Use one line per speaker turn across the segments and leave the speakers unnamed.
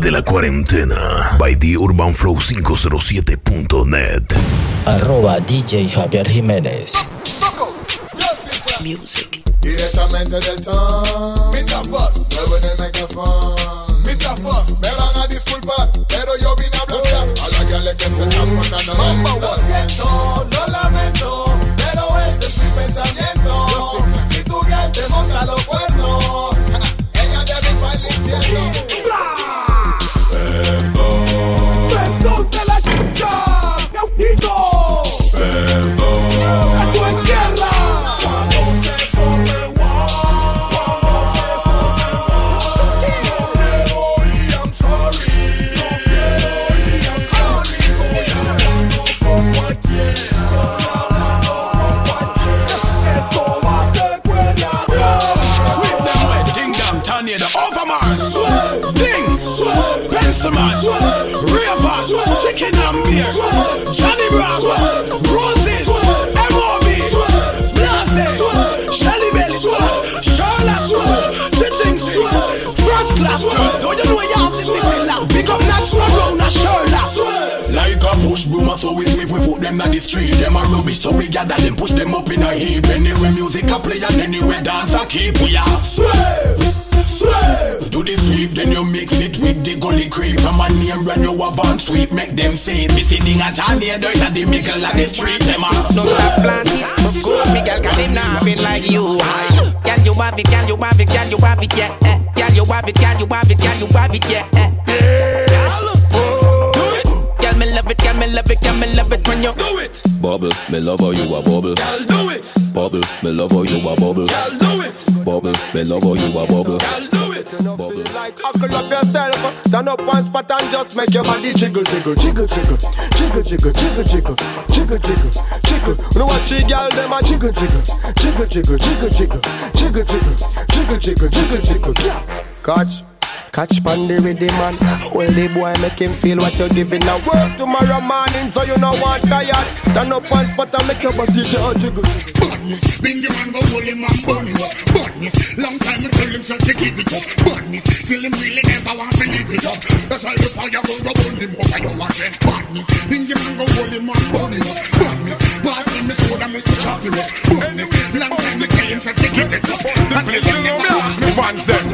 de la cuarentena by the Urban Flow 507.net.
Arroba DJ Javier Jiménez.
Music.
Directamente del town Mr. Fox Mueven el micrófono Mr. Fox Me van a disculpar Pero yo vine a blasfemar A la gale que se está poniendo Mambo Lo siento, lo lamento Pero este es mi pensamiento Si tu girl te monta los cuernos Ella debe ir para el infierno
Perdón de la chica, cautivo. Perdón. Esto es guerra. Cuando se forme war. Cuando se forme war. No quiero ir, I'm sorry. No quiero ir, I'm sorry. Estoy hablando con cualquiera. Estoy hablando con cualquiera. Esto va a ser cuerda de-
Whip them wet, ding dong, tornado, overman. Ding, Benson, River, Chicken and Beer, Johnny Brown, Roses, M.O.B., Blase, Shelly Belly, Charlotte, Chitting, First Class, don't you know you have this thing now? Become national, round a Sherlock. Like a push broomer, so we sweep, we put them down the street. Them are rubbish, so we gather them, push them up in a heap. Anyway, music a play and anyway, dance a keep. We are
Slave, slave.
do the sweep, then you mix it with the gully creep. From a name brand you have on sweep, make them say it. Me sitting at a near door, at the middle of the street. Them are
No stop plant it, but good me girl, cause them not having like you. Girl, you have it, girl, you have it, girl, you have it, yeah. eh. Girl, you have it, girl, you have it, girl, you have it, yeah. eh. Girl, me love it, girl, me love it, girl, me love it when you do it.
Bubble, me love how you a bubble.
Girl, do it.
Bubble, me love how you a bubble.
Girl, do it.
Bubble, me love how you a bubble.
Girl, do it.
Bubble.
Like huckle up yourself, turn up one spot and just make your body jiggle, jiggle, jiggle, jiggle, jiggle, jiggle, jiggle, jiggle, jiggle, jiggle, jiggle. You know what she girl them a jiggle, jiggle, jiggle, jiggle, jiggle, jiggle, jiggle, jiggle, jiggle, jiggle, jiggle, jiggle. Yeah. Catch, catch pan the rhythm man. Well the boy make him feel what you're giving. Now work tomorrow morning so you know what tired. Turn up one spot and make your body jiggle, jiggle.
Bring the man go hold him and burn him up, burn him. Long time he tell himself to give it up, burn him. Still him really never want to leave it up. That's why the fire go go burn him up. I don't want them burn him. Bring the man go hold him and burn him up, burn him. Pass him his sword and make him chop him up, burn him. Long time he tell himself to give it up. That's why he never want me fans them.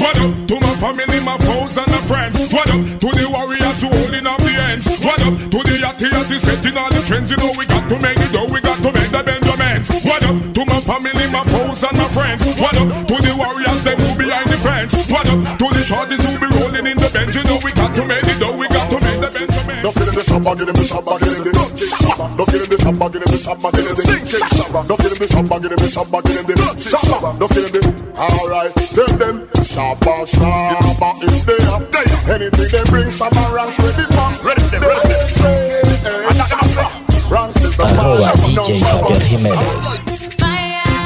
What up to my family, my foes and my friends? What up to the warriors who holding up the ends? What up to the yachty yachty setting all the trends? You know we got to make it, though we got to make the Benjamins. What up to my family, my foes and my friends? What up to the warriors them who behind the fence? What up to the shorties who be rolling in the bench? You know we got to make it, though we got to make the Benjamins.
Don't feel in the shabba, give him the shabba, give him the dirty shabba. Don't feel in the shabba, give him the shabba, give him the stinking shabba. Don't feel in the shabba, give him the shabba, give him the dirty shabba. Don't feel in the alright, tell them shabba shabba is there. Anything they bring, shabba ranks ready for. Ready, ready. Ranks is the
Arroba
man, shabba,
DJ
no shabba.
Javier Jiménez.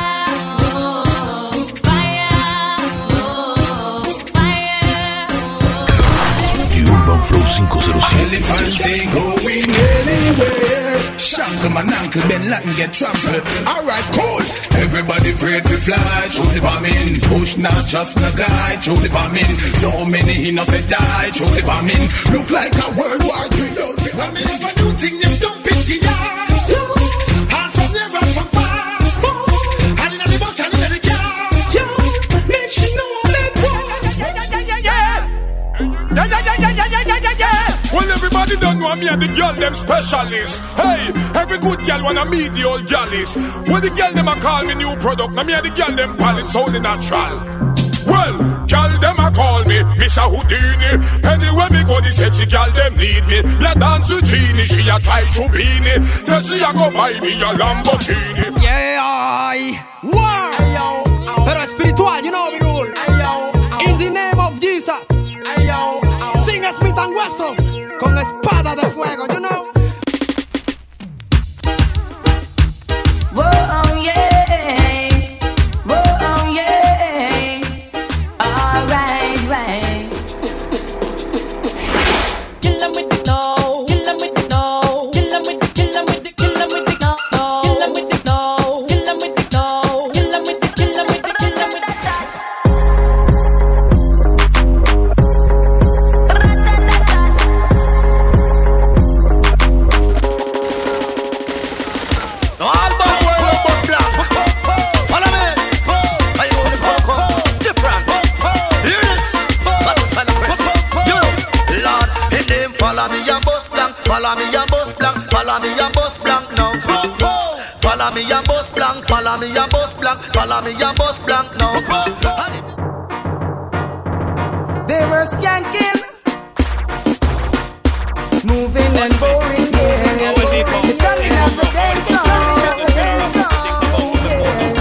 The Urban Flow 507.
elephants ain't going anywhere. Shackle man ankle, bend like and get trampled. Alright, cool. Everybody afraid to fly. Throw the bomb in. Push not just no guy. Throw the bomb in. So many innocent die. Throw the bomb in. Look like a World War III. Out the bomb in. But you think them dumb picky eyes. Hands from the rock from far. Hand in the bus, hand in the car. National
Well, everybody don't know me and the girl them specialist. Hey, every good girl wanna meet the old galleys. Well, the girl them a call me new product. Now me and the girl them pallets only natural. Well, girl them a call me Mr. Houdini. Anyway, me go the sexy girl them need me. Me a dance with Genie, she a try Chubini. Say she a go buy me a Lamborghini.
Yeah, I. Wow. Pero espiritual, you know the rule. In the name of Jesus. Sing a Smith and Wesson con espada de fuego, you know.
'em 'em 'em Rata,
Follow me a bus blank, follow me a bus blank now.
They were skanking, moving and boring. Yeah, the darling of the dance hall, the dance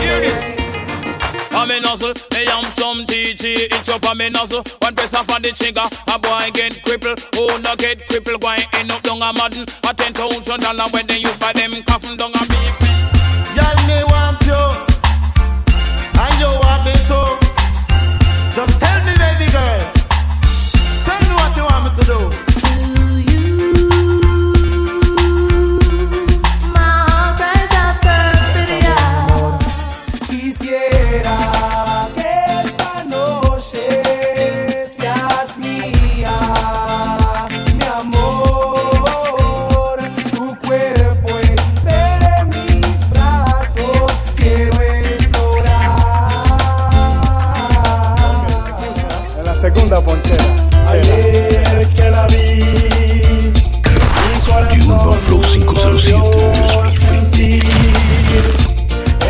hall.
I'm a nozzle, hey, I'm some TG, itch up on me nozzle. One press off on the trigger, a boy get crippled. Oh, no get crippled, why end up down a modern? A ten thousand dollar when they use by them coffin down a big
Girl, me want you, and you want me too. Just tell me, baby girl. Tell me what you want me to do.
Quisiera que esta noche seas mía, mi amor. Tu cuerpo entre mis brazos quiero explorar.
En la segunda ponchera.
Ayer que la vi, mi corazón
Flow 507.
por sentir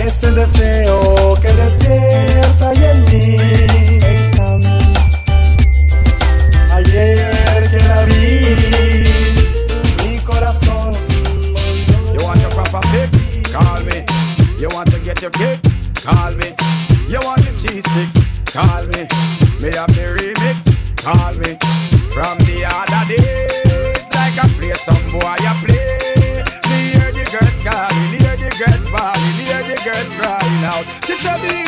ese deseo que despierta y en mí pensando. Ayer que la vi, mi corazón
You want your proper pick? Call me. You want to get your kicks? Call me. You want your cheese sticks? Call me. Me have the remix? Call me. From the other day, like I play some boy, I play. Me hear the girls calling, hear the girls bawling, hear the girls crying out. She said, "Baby,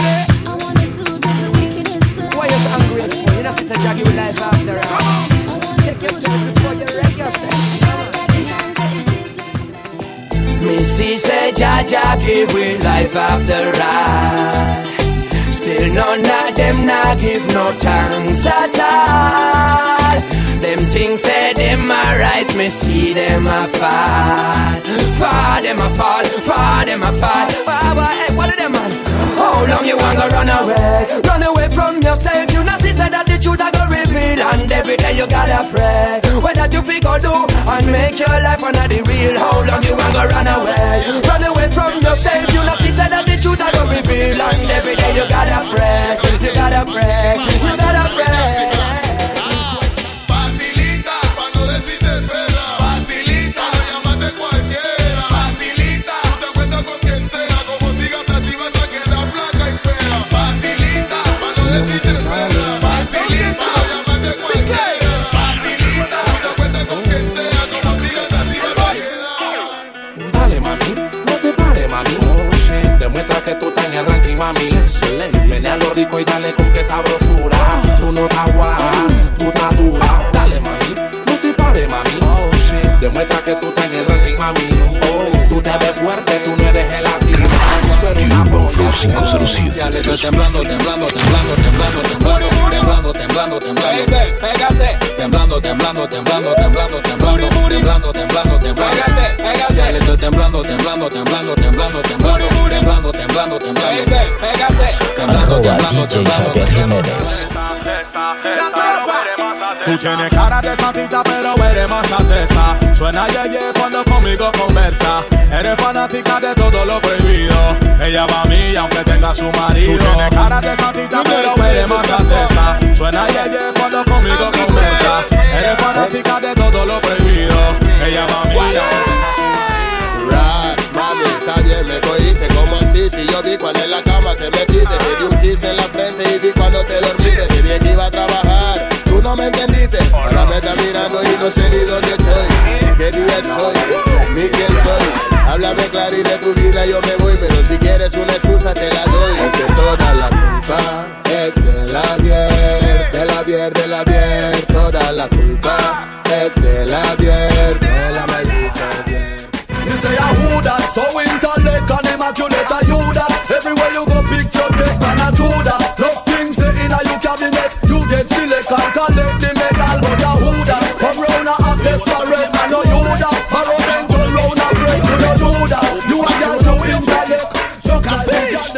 Why you so ungrateful? You know, since I drag you life after all. Check yourself before you wreck yourself.
Missy say Jaja give we life after ride. Still none of them nah give no thanks at all. Them things say them a rise, me see them a fall. Fall them a fall, fall them a fall. Fall boy, hey, follow them man. How long you wanna run away? Run away from yourself. You not see say that the truth a go reveal, and every day you gotta pray. Whether you figure do and make your life another the real. How long you wanna run away? Run away from yourself. You not see say that the truth a go reveal, and every day you gotta pray. You gotta pray. You gotta pray.
Facilita, pa' no decirte espera. Facilita, no llamarte cualquiera. Facilita, tú te acuerdas con quien sea. Como sigas así vas a quedar flaca y fea. Facilita, pa' no decirte espera. Facilita, no llamarte cualquiera. Facilita, tú te acuerdas con quien sea. Como sigas así vas a quedar.
Dale, mami, no te pares, mami. Demuestra que tú estás en el ranking, mami. Ven a lo rico y dale con que sabrosura. Tú no estás guapa, tú estás dura. Dale, mami, no te pares, mami. Demuestra que tú estás en el ranking, mami. Tú te ves fuerte, tú no eres gelatina. Tú eres una
Urban
polla.
Flow 507.
Dale, tú te-
Temblando, temblando, temblando, temblando, temblando, temblando, temblando, temblando, pégate, temblando, temblando, temblando, temblando, temblando, temblando, temblando, temblando, pégate, pégate, Ya le estoy temblando, temblando, temblando, temblando, temblando, temblando, temblando, temblando, pégate, temblando,
Arroba
temblando,
DJ Javier Jiménez.
La tropa.
Tú tienes cara de santita, pero eres más alteza. Suena yeye cuando conmigo conversa. Eres fanática de todo lo prohibido. Ella va a mí, aunque tenga su marido. Tú tienes cara de santita, pero eres más alteza. Suena yeye cuando conmigo conversa. Eres fanática de todo lo prohibido. Ella va a mí, aunque
Ras, mami, está bien, me cogiste como así Si yo vi cuando en la cama te metiste Te di un kiss en la frente y vi cuando te dormiste Te dije que iba a trabajar, tú no me entendiste Ahora me estás mirando y no sé ni dónde estoy ¿Qué día soy? Ni quién soy Háblame claro y de tu vida yo me voy Pero si quieres una excusa te la doy Es que toda la culpa es de la Bier De la Bier, de la Bier Toda la culpa es de la Bier De la maldita Bier
You say I who that, so intellect and immaculate I you that. Everywhere you go, picture take and I do that. Love things they in a you cabinet. You get select and collect the medal, but you who that. Come round and have this parade, I know you that. Barrow then turn round and break, you know you that. You a girl so intellect, so collect.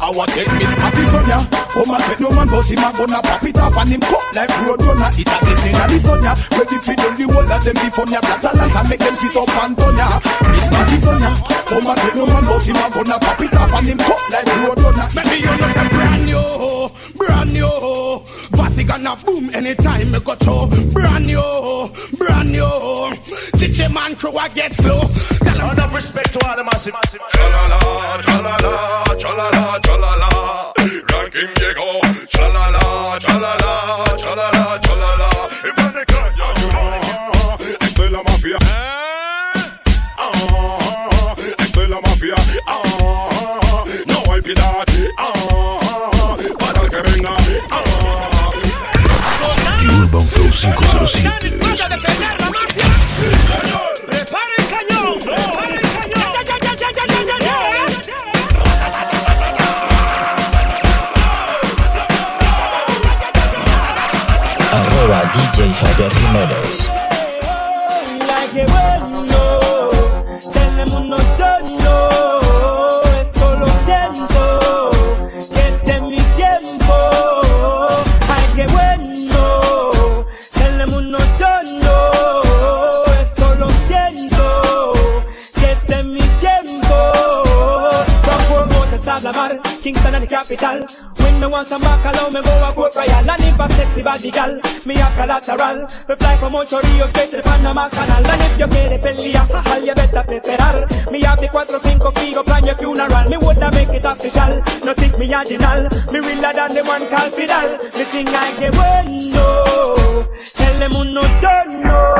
I want take Miss Patty from ya. Oh my pet no man, but him a gonna pop it up and him cut like road runner. It a glisten and it's on ya. Ready for the whole of them before ya. Catalan can make them fit up and turn ya. Miss Patty from ya. Come and take no man out, him a gonna pop it off and him cut like road runner. Maybe you not a brand new, hoe, brand new. hoe. Vatican a boom anytime me go show. Brand new, hoe, brand new. hoe. Chiche man crew a get slow. Tell him enough respect to all the massive.
Chalala, chalala, chalala, chalala. Ranking llegó. Chalala, chalala, chalala, chalala. Y pone caña, you know. Esto es la mafia. Ah, esto es la mafia. Ah, no hay piedad. Ah, para el que venga. Ah.
The Urban Flow 507.
Prepara el cañón, prepara el cañón. Ya, ya, ya, ya, ya, ya, ya, ya.
Arroba DJ Javier Jiménez.
La que bueno, tenemos un otoño. Esto lo siento, que este es mi tiempo. Ay, qué bueno, tenemos un otoño. Esto lo siento, que este es mi tiempo. Don't go to Sablamar, Kingston and the capital. When me want some bacalao, me go a Port Royal. And if a sexy body gal, me a collateral. Me fly from Ocho Ríos straight to the Panama Canal. And if you quiere pelea, jajal, you better preparar. Me have the cuatro cinco figo plan your funeral. Me woulda make it official, no think me original. Me realer than the one called Fidal. Me sing like que bueno, el mundo no.